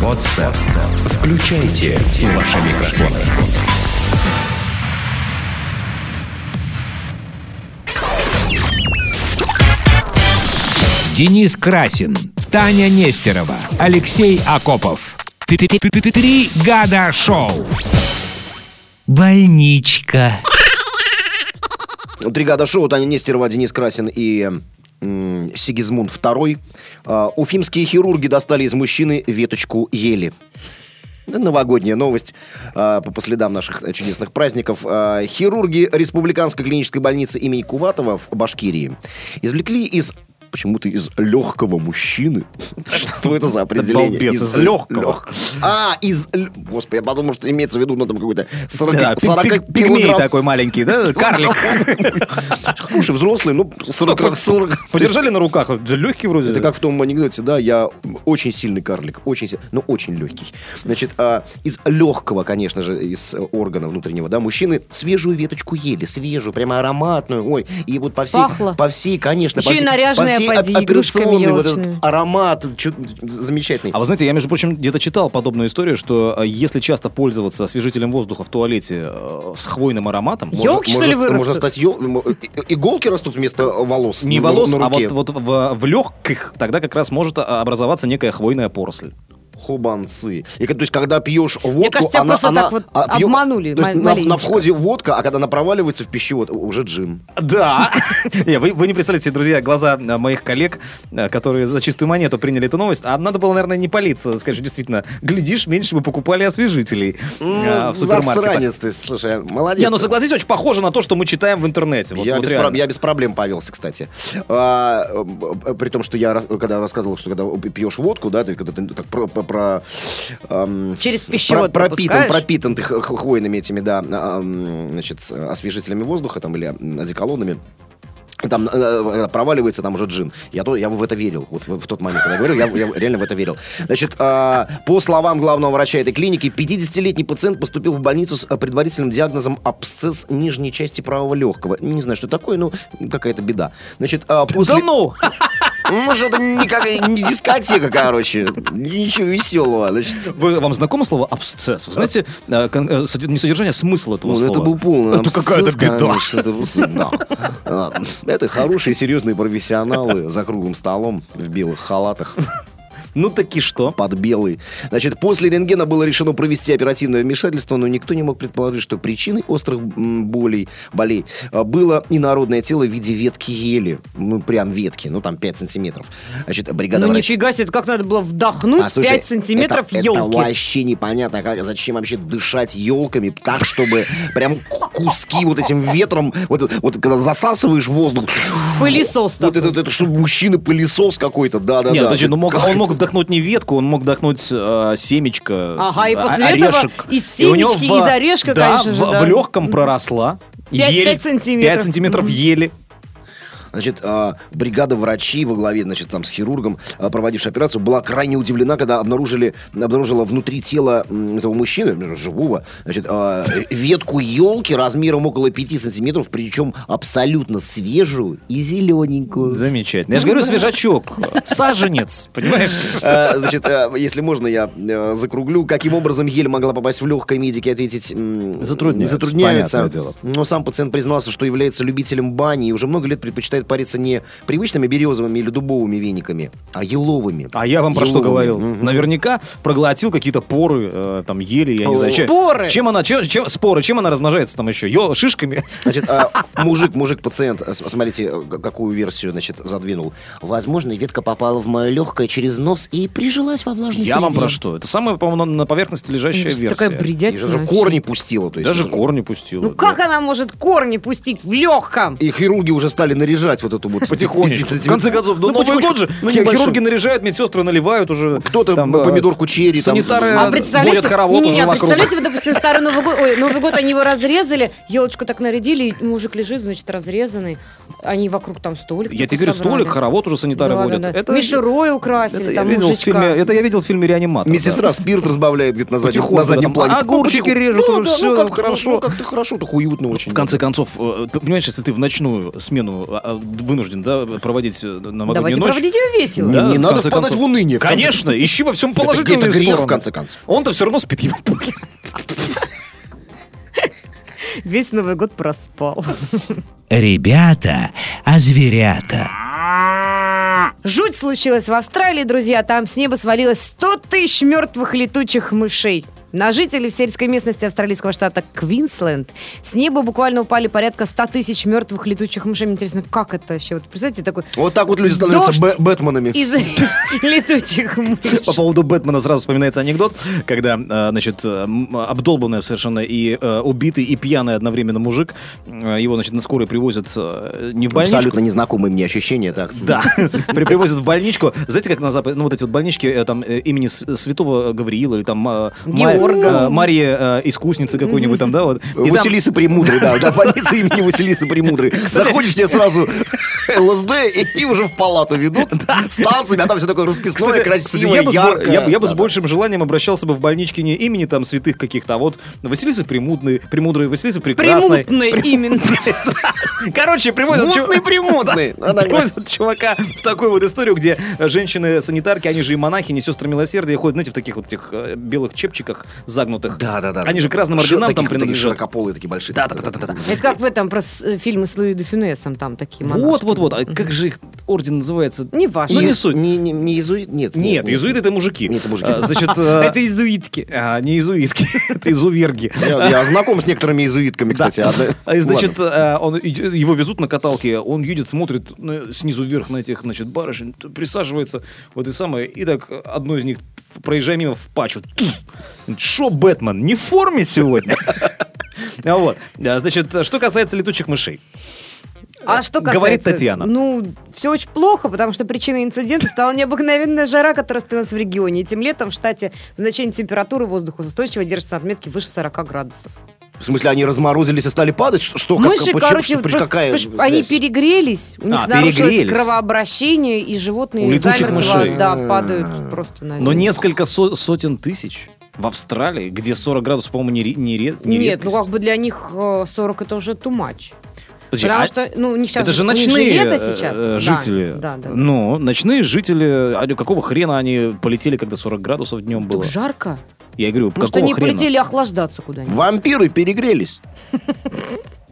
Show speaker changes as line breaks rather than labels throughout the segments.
Подстер. Включайте ваши микрофоны.
Денис Красин, Таня Нестерова, Алексей Акопов. Три года шоу.
Больничка.
Три года шоу, Таня Нестерова, Денис Красин и м, Сигизмунд II. А, Уфимские хирурги достали из мужчины веточку ели. Да, Новогодняя новость а, по по следам наших э, чудесных праздников. А, Хирурги Республиканской клинической больницы имени Куватова в Башкирии извлекли из почему-то из легкого мужчины. Что это за определение?
балбес, из легкого.
лег- А, из... л- Господи, я подумал, что имеется в виду, ну, там какой-то 40
Да, пи- пи-
40
пигмей
килограмм-
такой маленький, да? Карлик.
Хороший взрослый, ну, 40... 40.
Подержали на руках, легкий вроде.
Это как в том анекдоте, да, я очень сильный карлик, очень сильный, но очень легкий. Значит, а, из легкого, конечно же, из э, органа внутреннего, да, мужчины свежую веточку ели, свежую, прямо ароматную, ой, и вот по всей,
Пахло.
по всей, конечно,
Еще
по
и
всей, по
наряженная
всей
поди,
оп- операционной
игрушками
вот
елочными.
этот аромат чё- замечательный.
А вы знаете, я, между прочим, где-то читал подобную историю, что э, если часто пользоваться освежителем воздуха в туалете э, с хвойным ароматом,
Ё- Ёлки, что ли,
ст-
вырастут?
Можно стать ё- м, э, иголки растут вместо волос. Ну,
не
на-
волос,
на
а
руке.
вот, вот в, в легких, тогда как раз может а, образоваться некая хвойная поросль.
Хубанцы. И, к- то есть, когда пьешь водку,
кажется, тебя
она,
просто
она-
так вот
а, пьё-
обманули
То есть,
ма-
на,
маленечко.
на входе водка, а когда она проваливается в пищевод, уже джин.
Да. Не, Вы вы не представляете, друзья, глаза э, моих коллег, э, которые за чистую монету приняли эту новость. А надо было, наверное, не палиться, сказать, что действительно, глядишь, меньше бы покупали освежителей
А,
э, в супермаркетах.
Ну, Засранец ты, слушай, молодец.
Не, ну
ты.
согласись, очень похоже на то, что мы читаем в интернете. Вот-
я,
вот
без
реально.
проб- я без проблем повелся, кстати. А, э, при том, что я рас- когда рассказывал, что когда пьешь водку, да, ты когда ты так про, про- про, эм,
Через
про-
пищевод
пропитан,
пропускаешь?
пропитан ты х- х- хвойными этими, да, а, м, значит, с освежителями воздуха там или м, одеколонами. Там э, э, проваливается там уже джин. Я, то, я в это верил. Вот в в тот момент, когда я говорил, я, я реально в это верил. Значит, а, по словам главного врача этой клиники, 50-летний пациент поступил в больницу с а, предварительным диагнозом абсцесс нижней части правого легкого. Не знаю, что такое, но какая-то беда. Значит, а, после...
Да ну!
Ну, что-то никакая не дискотека, короче. Ничего веселого. Значит,
Вы, вам знакомо слово абсцесс? Вы знаете, э, кон- э, содержи- не содержание, а смысл этого
Ну,
слова?
это был полный
Это какая-то
абсцесс,
беда.
конечно, это был- да. А, Это хорошие, серьезные профессионалы за круглым столом в белых халатах
Ну таки что?
под белый. Значит, после рентгена было решено провести оперативное вмешательство, но никто не мог предположить, что причиной острых м, болей, болей а, было инородное тело в виде ветки ели. Ну, прям ветки, ну там 5 сантиметров. Значит, бригада
Ну
врачей-
нифига себе, это как надо было вдохнуть
А, слушай,
5 Ну, сантиметров
это, Это
елки.
вообще непонятно, как, зачем вообще дышать елками так, чтобы прям куски вот этим ветром, вот, вот когда засасываешь воздух,
Пылесос
вот
такой.
это, это чтобы мужчина пылесос какой-то, да-да-да.
Нет, подожди, ну мог,
Как
он мог вдохнуть не ветку, он мог вдохнуть э, семечко,
Ага, и
э,
после
орешек.
этого из
И у него
семечки,
в-
из орешка,
да,
конечно же,
в,
да.
в легком проросла.
Пять-
ель.
пять сантиметров.
Пять сантиметров
Мгм.
ели.
Значит, а, бригада врачей во главе, значит, там с хирургом, а, проводившей операцию, была крайне удивлена, когда обнаружили, обнаружила внутри тела м, этого мужчины, м, живого, значит, а, ветку елки размером около 5 сантиметров, причем абсолютно свежую и зелененькую.
Замечательно. Я же говорю, свежачок, саженец, понимаешь?
Э, Значит, э, если можно, я э, закруглю. Каким образом ель могла попасть в легкое медики, ответить м,
Затрудняются,
затрудняются.
понятное дело.
Но сам пациент признался, что является любителем бани и уже много лет предпочитает париться не привычными березовыми или дубовыми вениками, а еловыми.
А я вам про что
Еловыми.
говорил?
Мгм.
Наверняка проглотил какие-то поры, э, там ели, я не знаю. чем-
Споры.
Чем она, чем, чем- споры, чем она размножается там еще? Ё, шишками?
Значит, а, мужик, мужик, пациент, э, с- смотрите, э, к- какую версию, значит, задвинул. Возможно, ветка попала в мое легкое через нос и прижилась во влажной
Я вам
среде.
про что? Это самая, по-моему, на- на поверхности лежащая
Что
версия.
Ну, такая
И
бредятина
даже
вообще?
корни пустила. То есть,
Даже
уже.
корни пустила.
Ну как она может корни пустить в легком?
И хирурги уже стали наряжать вот эту вот
Потихонечку.
50
В конце концов, ну,
Ну,
Новый
потихонечку,
год же.
ну,
хи-
небольшой.
хирурги наряжают, медсестры наливают уже.
Кто-то
там,
на
э,
помидорку черри. там,
санитары-
ну,
А
Э,
представляете,
водят хоровод
не-не-не,
уже
а
вокруг.
представляете, вы, допустим, старый Новый год, ой, Новый год, они его разрезали, елочку так нарядили, и мужик лежит, значит, разрезанный, они вокруг там столик.
Я тебе
такой
говорю,
собрали.
столик, хоровод уже санитары
Да, да,
водят.
да.
Это,
Мишурой
это
украсили,
я
там
видел в
мужичка.
фильме, это я видел в фильме реаниматор.
Медсестра спирт разбавляет где-то на,
да.
заднем-
А Потихоньку
на заднем
там
плане.
Огурчики
Потихоньку.
режут,
Да,
уже
да,
все
ну как
хорошо.
Ну как-то хорошо, так уютно очень.
В конце концов, э, ты понимаешь, если ты в ночную смену э, вынужден да, проводить э, новогоднюю
Давайте
ночь.
проводить ее весело.
Да,
не
в
надо
конце
впадать
концов.
в уныние. в конце-
Конечно, ищи во всем
Это-
положительные
Это грех, в
стороны.
конце концов.
Он-то все равно спит ему похер.
Весь Новый год проспал.
Ребята, а зверята.
Жуть случилась в Австралии, друзья. Там с неба свалилось 100 тысяч мертвых летучих мышей. На жителей в сельской местности австралийского штата Квинсленд с неба буквально упали порядка 100 тысяч мертвых летучих мышей. Мне интересно, как это вообще? Вот представьте, такой
Вот так вот люди становятся
Дождь.
бэ- бэтменами.
из, из летучих мышей.
По поводу Бэтмена сразу вспоминается анекдот, когда, э, значит, э, м- обдолбанный совершенно и э, убитый, и пьяный одновременно мужик, э, его, значит, на скорой привозят э, не в больничку.
Абсолютно незнакомые мне ощущения, так.
Да, При- привозят в больничку. Знаете, как на Западе, ну вот эти вот больнички э, там э, имени с- Святого Гавриила или там э, Ма-
Георга.
э, Марии э, Искусницы какой-нибудь там, да, вот. И там-
Василиса Премудрой, да, да, больница имени Василисы Премудрой. Заходишь, тебе сразу ЛСД и, и уже в палату ведут с танцами, а там все такое расписное,
Кстати,
красивое,
кстати, я бы, с бо-
яркое.
я бы- я бы с
Да-да.
большим желанием обращался бы в больничке не имени там святых каких-то, а вот Василисы Премудной, Премудрой, Василисы Прекрасной.
Примутные именно.
Короче, привозят... чу-
Мутный-премутный. Она говорит,
Привозят чувака в такую вот историю, где э, женщины-санитарки, они же и монахини, сестры милосердия, ходят, знаете, в таких вот этих э, белых чепчиках загнутых.
Да-да-да.
Они же к разным
Шо-
орденам
таких-
там
такие
принадлежат.
Широкополые такие большие.
Да-да-да-да-да.
Это как в этом про с- э, фильмы с Луи де Фюнесом, там такие
Вот, вот, вот. А как же их орден называется?
Не важно.
Ну, не
Ез-
суть.
Не, не, не иезуит, нет.
Нет, иезуиты это мужики.
Нет, это мужики.
А, Значит, э,
Это изуитки.
а, не иезуитки, это изуверги.
Я, я знаком с некоторыми иезуитками, кстати.
Да.
одна-
А, и, Значит,
Ладно.
э, он, идё- его везут на каталке, он едет, смотрит э, снизу вверх на этих, значит, барышень, т- присаживается, вот и самое, и так э, одно из них, проезжая мимо, в пачу. Шо, Бэтмен, не в форме сегодня? А Вот. Да, Значит, э, что касается летучих мышей.
А что касается...
Говорит Татьяна.
Ну, все очень плохо, потому что причиной инцидента стала необыкновенная жара, которая осталась в регионе. Этим летом в штате значение температуры воздуха устойчиво держится на отметке выше 40 градусов.
В смысле, они разморозились и стали падать? Что,
Ну,
что как-
Мыши,
почему-
короче,
что-
вот
при-
просто-
какая
потому что они
связь?
перегрелись, у них
А,
нарушилось
перегрелись.
кровообращение, и животные
У летучих
замертво,
мышей.
да,
А.
падают просто на
Но
землю.
несколько со- сотен тысяч в Австралии, где 40 градусов, по-моему, не, ре- не, ре- не
Нет, ну
редкость.
как бы для них э, 40 это уже too much.
Подожди,
Потому
а-
что, ну, у них сейчас
это же
у них
ночные
лето
э,
сейчас.
э,
Да,
жители.
Да, да.
Ну, ночные жители, а какого хрена они полетели, когда 40 градусов днем было?
Ну, Так жарко.
Я говорю,
Может,
какого
они
хрена?
полетели охлаждаться куда-нибудь.
Вампиры перегрелись.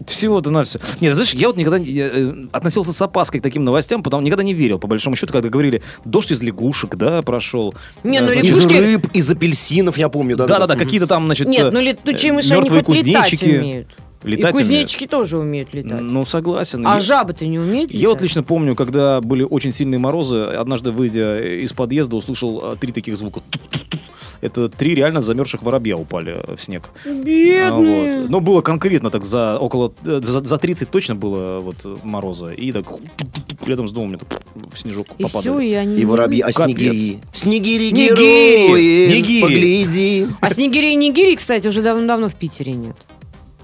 Всего-то на все. Нет, знаешь, я вот никогда не- я, э, относился с опаской к таким новостям, потому никогда не верил, по большому счету, когда говорили, дождь из лягушек, да, прошел.
Не,
Э,
ну
значит,
Из
Лягушки-
рыб, из апельсинов, я помню.
Да-да-да,
Мгм.
какие-то там, значит,
Нет, ну
э,
летучие мыши, они
мертвые
хоть летать
кузнечики,
умеют. И
летать умеют.
кузнечики тоже умеют летать.
Ну, согласен.
а
Я-
жабы-то не умеют летать?
Я вот лично помню, когда были очень сильные морозы, однажды, выйдя из подъезда, услышал а, три таких звука. Тук-тук-тук. Это три реально замерзших воробья упали в снег.
Бедные.
А, вот. Но было конкретно так за около э, за, за 30 точно было вот э, мороза. И так тук-тук-тук рядом с домом мне так в снежок
и все,
попадали.
и они...
И
не
воробьи, а
Капец.
снегири. Снегири
Нигири!
герои,
Нигири!
погляди.
умеют. А снегирей и нигирей, кстати, уже давно-давно в Питере нет.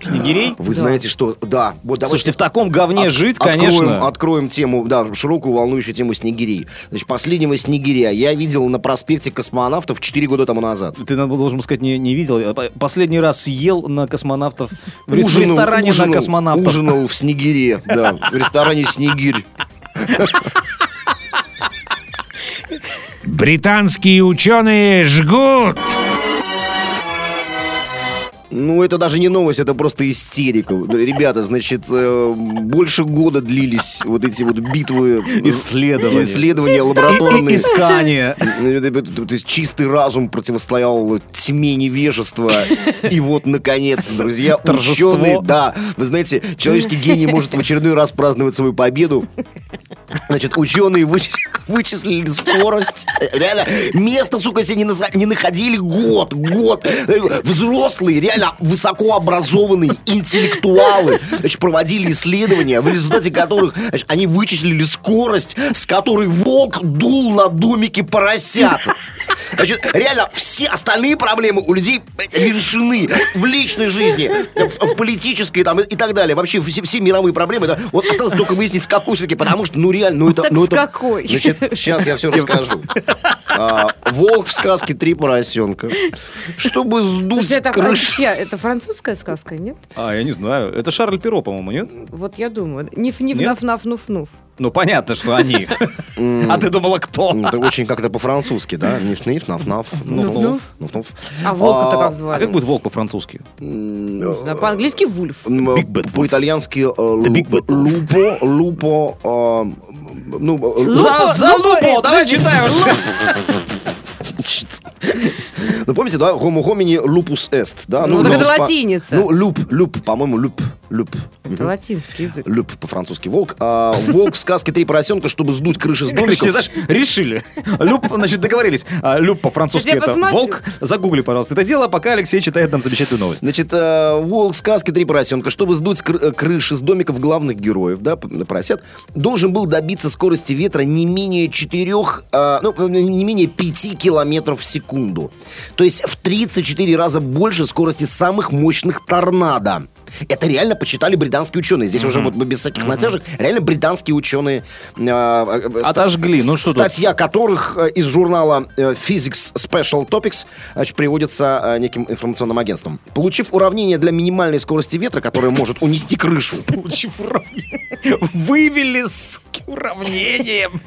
Ну, Снегирей?
Вы
Да.
знаете, что... Да, вот давайте
Слушайте, в таком говне
От-
жить,
откроем-
конечно.
Откроем тему, да, широкую волнующую тему снегирей. Значит, последнего снегиря я видел на проспекте космонавтов 4 года тому назад.
Ты надо было, должен был сказать, не, не видел. Я по- Последний раз ел на космонавтов в рес-
Ужинал-
ресторане
ужинал-
на космонавтов.
Ужинал в снегире, да, в ресторане «Снегирь».
Британские ученые жгут.
Ну, это даже не новость, это просто истерика. Ребята, значит, э, больше года длились вот эти вот битвы...
Исследования.
Исследования
И- и-
лабораторные.
Искание.
ну, То есть чистый разум противостоял тьме невежества. И вот, наконец, друзья,
Торжество.
ученые, да, вы знаете, человеческий гений может в очередной раз праздновать свою победу. Значит, ученые выч- вычислили скорость. Реально, место, сука, себе не, наза- не находили год, год. Взрослые, реально высокообразованные интеллектуалы значит, проводили исследования, в результате которых значит, они вычислили скорость, с которой волк дул на домике поросят. Значит, а реально, все остальные проблемы у людей решены в личной жизни, в, в политической там, и, и так далее. Вообще все, все мировые проблемы. да. Вот осталось
Ну,
только выяснить, с какой все-таки, потому что, ну реально, ну это...
Так
ну
с
это-
какой?
Типа.
Значит, сейчас я все расскажу. А, Волк в сказке «Три поросенка». Чтобы сдуть
Слушайте, это,
с крыши...
вообще- это французская сказка, нет?
А, я не знаю. Это Шарль Перо, по-моему, нет?
Вот я думаю. Ниф-ниф,
Нет?
наф-наф-нуф-нуф.
Ну, понятно, что они.
М,
А ты думала, кто?
м, Это очень как-то по-французски, да? Ниф-ниф, наф-наф, нуф-нуф,
Нуф-нуф.
нуф-нуф.
А волка-то
А,
как
А
звали?
как будет волк по-французски?
М,
Да, по-английски вульф.
М,
Big Bad
Ну, По-итальянски э,
Big
лу-
Bad
лупо, лупо, а, м, ну, э, лу-
За, за
Лупо,
лупо,
э,
Ну, давай читаем.
ну помните, да, homo homini lupus est,
А,
да?
Ну, так это
lupus по-
латиница.
Ну, люп, люп, по-моему, люп, люп.
Это латинский язык.
Люп по-французски волк. А, волк в сказке «Три поросенка», чтобы сдуть крыши с
Короче,
домиков.
знаешь, решили. Люб, значит, договорились. А, Люб по-французски
Сейчас я
это
посмотрю.
волк. Загугли, пожалуйста, это дело, пока Алексей читает нам замечательную новость.
Значит, э, волк в сказке «Три поросенка», чтобы сдуть с кры- э, крыши с домиков главных героев, да, п- поросят, должен был добиться скорости ветра не менее 4, ну, не менее 5 километров в секунду. То есть в 34 раза больше скорости самых мощных торнадо. Это реально почитали британские ученые. Здесь уже вот без всяких натяжек. Реально британские ученые... э, э, э, ста-
Отожгли, ну что тут?
Статья которых э, из журнала э, Physics Special Topics значит, приводится э, неким информационным агентством. Получив уравнение для минимальной скорости ветра, которая может унести крышу,
Получив уравнение. Вывели с уравнением.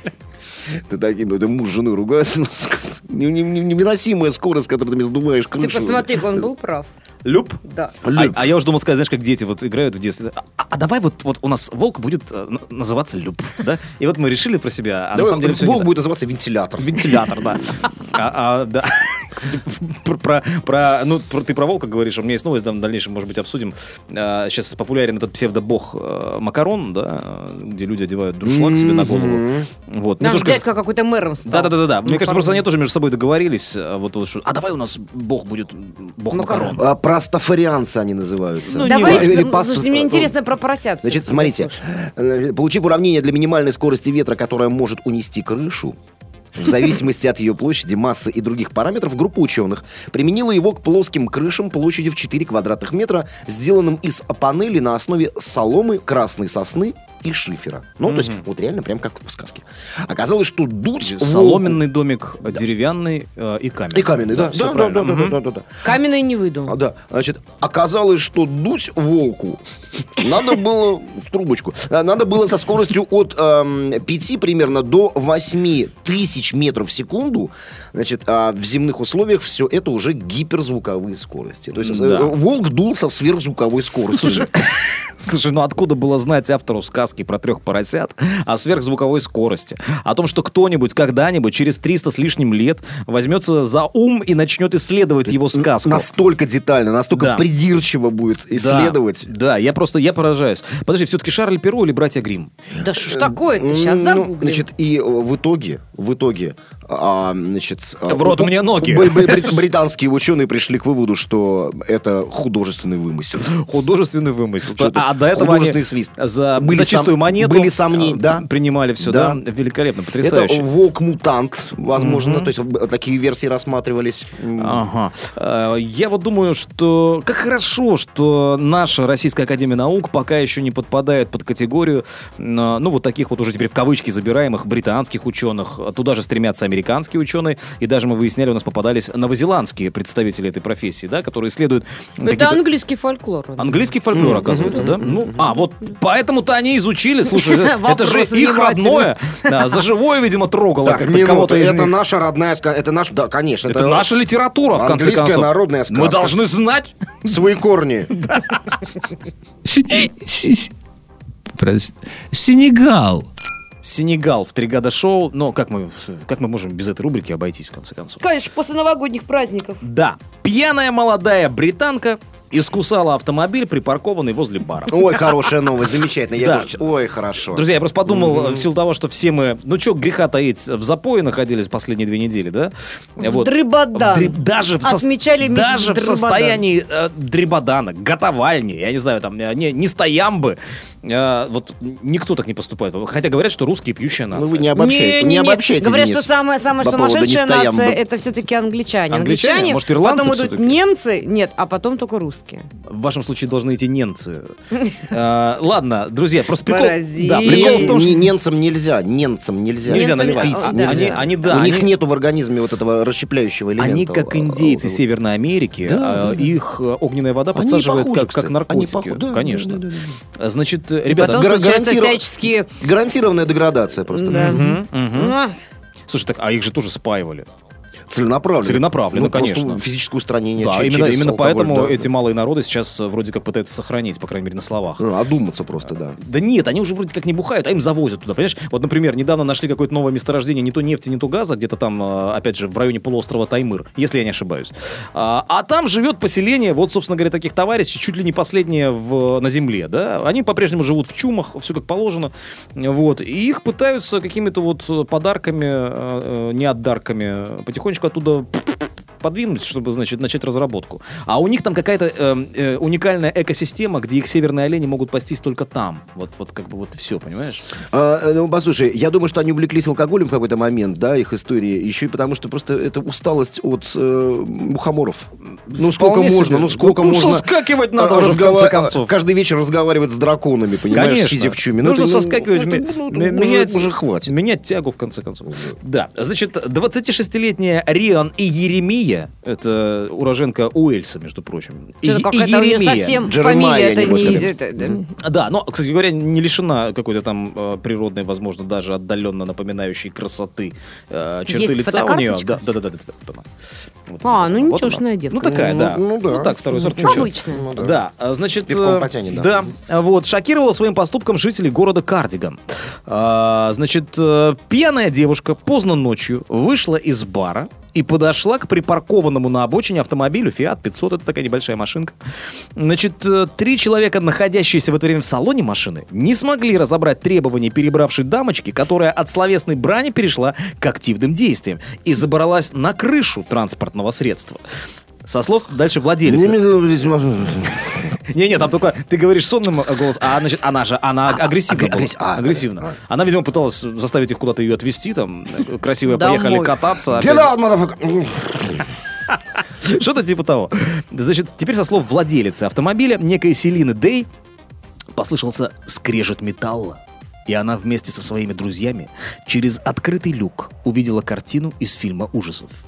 ты таким, это муж с женой ругаются, ну, скажет, не- не- не- невыносимая скорость, которой ты мне сдуваешь
А Ты
ну,
крышу.
посмотри, он был прав.
Люб?
Да.
А,
Люб.
а я уже думал сказать, знаешь, как дети вот играют в детстве. А, а давай вот, вот у нас волк будет э, н- называться Люб, да? И вот мы решили про себя, а
Давай,
на самом деле всё
волк
не
будет называться вентилятор.
так. Вентилятор, да. А, а, да. Кстати, про, про- про- ну, про- ты про волка говоришь, у меня есть новость, да, в дальнейшем, может быть, обсудим. А, сейчас популярен этот псевдобог э, Макарон, да, э, где люди одевают дуршлаг себе на голову.
Мгм.
Вот. Мне
Наш
тоже кажется-
дядька какой-то мэром стал.
да, да, да, да, да. Мне кажется,
Ну, по-моему.
просто они тоже между собой договорились. а, Вот, вот, что, а давай у нас бог будет м, бог
Макарон.
макарон.
А, Простафарианцы они называются.
Ну,
Давай,
не
Или
зам-
паст-
слушайте, мне
э,
интересно про поросят.
Значит,
всё-таки
смотрите,
послушать.
э, получив уравнение для минимальной скорости ветра, которая может унести крышу, в зависимости от ее площади, массы и других параметров, группа ученых применила его к плоским крышам площадью в 4 квадратных метра, сделанным из панели на основе соломы, красной сосны и шифера. Ну, то есть,
Мгм.
вот реально прям как в сказке. Оказалось, что дуть... волку-
Э, Соломенный домик, деревянный э, и каменный.
И каменный, да.
всё
Да, да,
правильно.
да, да,
Мгм.
да, да, да.
Каменный не
А,
выдумал.
да, значит, оказалось, что дуть волку надо было в трубочку. а, Надо было со скоростью от 5 примерно до 8 тысяч метров в секунду. Значит, а в земных условиях все это уже гиперзвуковые скорости. То есть э,
Да.
волк дул со сверхзвуковой скоростью.
Слушай, Слушай, ну откуда было знать автору сказки про трех поросят о сверхзвуковой скорости? О том, что кто-нибудь когда-нибудь через 300 с лишним лет возьмется за ум и начнет исследовать его сказку.
Настолько детально, настолько
Да.
придирчиво будет
Да,
исследовать.
Да, я просто, я поражаюсь. Подожди, все-таки Шарль Перо или братья Грим?
Да что ж такое-то? Сейчас
э, Ну,
загуглим.
Значит, и э, в итоге, в итоге, а, значит... а,
В рот
б-
мне ноги.
б- б- брит- Британские ученые пришли к выводу, что это художественный вымысел.
Художественный вымысел.
Что это?
А до этого они
Художественный свист.
за,
Были
за чистую
сом-
монету
были сомнения,
э,
да.
принимали все, да.
Да.
Великолепно,
Это
потрясающе.
волк-мутант, возможно. То есть б- такие версии рассматривались.
А,
М,
Ага. Э, Я вот думаю, что как хорошо, что наша Российская Академия Наук пока еще не подпадает под категорию, э, ну, вот таких вот уже теперь в кавычки забираемых британских ученых. Туда же стремятся американские ученые, и даже мы выясняли, у нас попадались новозеландские представители этой профессии, да, которые исследуют... м,
Это
какие-то-
английский фольклор. он.
Английский фольклор, оказывается, да? Ну, а, вот поэтому-то они изучили, слушай, э, это же
Вопрос
их родное. Да, За живое, видимо, трогало
Так,
как-то
минуту,
кого-то из
это
них.
наша родная сказка, это наш, да, конечно,
Это наша литература, в конце
английская
концов.
народная
Мы
сказка.
должны знать.
свои корни.
Прости. Сенегал.
Сенегал в три года шоу. Но как мы, как мы можем без этой рубрики обойтись, в конце концов?
Конечно, после новогодних праздников.
Да, пьяная молодая британка искусала автомобиль, припаркованный возле бара.
Ой, хорошая новость, замечательно. Я
Да.
тоже- Ой, хорошо.
Друзья, я просто подумал, э, в силу того, что все мы, ну чё греха таить, в запое находились последние две недели, да? Э,
В Дребодан.
В дри- даже в, сос-
Отмечали месяц
даже в
Дребодан.
состоянии э, дребодана, готовальни, я не знаю, там, э, не, не стоямбы, э, вот никто так не поступает. Хотя говорят, что русские пьющая нация.
Ну вы не обобщайте, не,
Не-не-не.
обобщайте,
Говорят,
Денис.
что самое, самое
по поводу
сумасшедшая
«не стоям
нация,
бы».
это все-таки англичане.
Англичане? Может, ирландцы
потом идут
всё-таки?
немцы, нет, а потом только русские. по-русски.
В вашем случае должны идти немцы. Э, Ладно, друзья, просто прикол.
Паразит.
Да, прикол в том, что
Не- ненцам нельзя, ненцам нельзя.
нельзя
Немцам
наливать.
нельзя.
Они- Они,
нельзя.
они, да,
У них
они-
нету в организме вот этого расщепляющего элемента.
Они как индейцы Северной Америки,
Да,
а,
да, да.
их э, огненная вода
Они
подсаживает
похожи,
как, как
кстати. Они
наркотики.
похожи, да,
Конечно.
да, да, да,
А, Значит, э, ребята,
Потом
гар-
случаются
гарантирую-
всяческие...
да. Гарантированная деградация просто.
Да.
Мгм, мгм.
А,
Слушай, так а их же тоже спаивали.
Целенаправленно.
Целенаправленно,
Ну, просто
конечно.
Физическое устранение.
Да,
че-
именно,
через
именно
алкоголь,
поэтому
да.
эти малые народы сейчас э, вроде как пытаются сохранить, по крайней мере, на словах.
Ну, Одуматься просто, да.
Да нет, они уже вроде как не бухают, а им завозят туда, понимаешь? Вот, например, недавно нашли какое-то новое месторождение не то нефти, не то газа, где-то там, э, опять же, в районе полуострова Таймыр, если я не ошибаюсь. А, а там живет поселение, вот, собственно говоря, таких товарищей, чуть ли не последнее в, на земле, да? Они по-прежнему живут в чумах, все как положено, вот. И их пытаются какими-то вот подарками, э, э, не отдарками, потихонечку оттуда подвинуть, чтобы, значит, начать разработку. А у них там какая-то эм, э, уникальная экосистема, где их северные олени могут пастись только там. Вот, вот как бы вот и все, понимаешь?
А, э, ну, послушай, я думаю, что они увлеклись алкоголем в какой-то момент, да, их истории, еще и потому, что просто это усталость от э, мухоморов. Ну, сколько
Вполне
можно,
себе.
ну, сколько
Ну,
можно.
соскакивать
э,
надо уже, в
разгова-
конце концов.
Каждый вечер разговаривать с драконами, понимаешь,
Конечно.
сидя в чуме. Ну,
Нужно
это, ну,
соскакивать,
ну,
ме-
это, ну,
ме-
уже-
менять,
уже хватит.
менять тягу, в конце концов. Да, значит, 26-летняя Риан и Еремия, это уроженка Уэльса, между прочим. И,
Что-то
и
какая-то у нее совсем фамилия.
Джеремайя,
Это
небось,
не...
какая-то.
это- да.
Да, но, кстати говоря, не лишена какой-то там э, природной, возможно, даже отдаленно напоминающей красоты э, черты
Есть
лица у нее.
фотокарточка?
Да, да, да, да, да, да, вот она. Вот
А,
она,
ну
вот
ничего
она.
ж одетка.
Ну такая,
Ну,
да.
ну да.
так, второй сорт.
Ну,
ничего.
обычная.
Ну, да.
Да, а, значит,
С пивком
э,
потянет, да.
да. а, Вот, шокировала своим поступком жителей города Кардиган. А, значит, э, пьяная девушка поздно ночью вышла из бара и подошла к припаркованному на обочине автомобилю Fiat 500, это такая небольшая машинка. Значит, э, три человека, находящиеся в это время в салоне машины, не смогли разобрать требования перебравшей дамочки, которая от словесной брани перешла к активным действиям и забралась на крышу транспортного средства. Со слов дальше владелица.
ну,
Не-не, там только ты говоришь сонным э, голосом, а значит, она же, она агрессивно.
агре-
была.
агресс- а,
агрессивно. Она, видимо, пыталась заставить их куда-то ее отвезти, там, э, красивые
Домой.
поехали кататься.
Get
опять же.
out, motherfucker.
Что-то типа того. Значит, теперь со слов владелицы автомобиля, некой Селины Дей, послышался скрежет металла. И она вместе со своими друзьями через открытый люк увидела картину из фильма ужасов.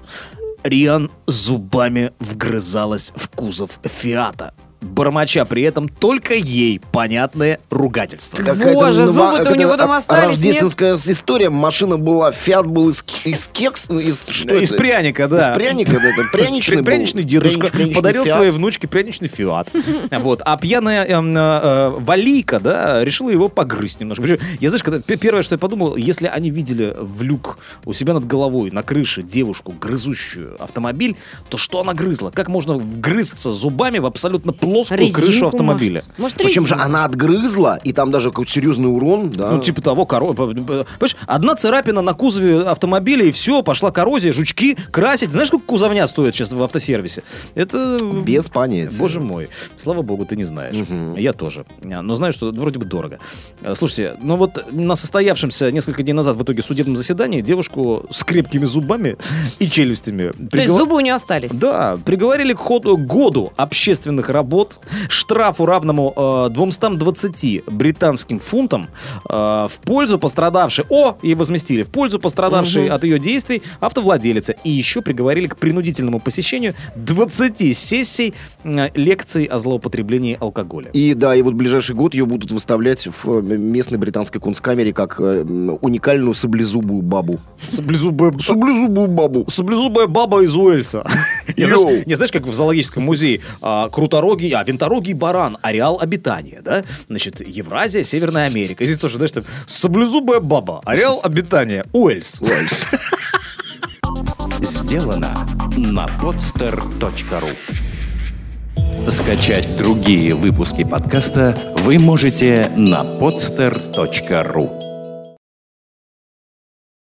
Риан зубами вгрызалась в кузов Фиата, бормоча при этом только ей понятное ругательство.
Какая-то
Боже,
нова-
зубы-то у
какая-то
него там
а-
остались,
Рождественская история. Машина была, фиат был из, из кекс, из что
Из
это?
пряника, да.
Из пряника, да, это пряничный
Пря-
был.
пряничный дедушка
Прянич- пряничный
подарил
«Фиат».
своей внучке пряничный фиат. Вот. А пьяная эм, э, э, валийка, да, решила его погрызть немножко. Причем, я, знаешь, когда, пе- первое, что я подумал, если они видели в люк у себя над головой, на крыше, девушку, грызущую автомобиль, то что она грызла? Как можно вгрызться зубами в абсолютно плоскую
Резинку,
крышу автомобиля? а,
Может,
Причем же
резинку.
она отгрызла, и там даже какой-то серьезный урон, да.
Ну, типа того, коро... п- п- Понимаешь, одна царапина на кузове автомобиля, и все, пошла коррозия, жучки, красить. Знаешь, сколько кузовня стоит сейчас в автосервисе? Это...
Без понятия.
Боже мой, слава богу, ты не знаешь.
Мгм.
Я тоже. А, Но знаю, что вроде бы дорого. А, Слушайте, ну вот на состоявшемся несколько дней назад в итоге судебном заседании девушку с крепкими зубами и челюстями
То есть
приговор-
зубы у нее остались?
да, приговорили к ходу году общественных работ, штрафу равному э, 220 британским фунтам э, в пользу пострадавшей, о, и возместили, в пользу пострадавшей от ее действий автовладелицы. И еще приговорили к принудительному посещению 20 сессий э, лекций о злоупотреблении алкоголя.
И да, и вот в ближайший год ее будут выставлять в э, местной британской кунсткамере как э, м, уникальную саблезубую бабу.
Саблезубая,
Саблезубую бабу.
саблезубая баба из Уэльса. Не
Йоу.
знаешь, не знаешь, как в зоологическом музее а, круторогий, а винторогий баран, ареал обитания, да? Значит, Евразия, Северная Америка. И Здесь тоже, знаешь, там саблезубая баба, ареал обитания, Уэльс.
Сделано на podster.ru Скачать другие выпуски подкаста вы можете на podster.ru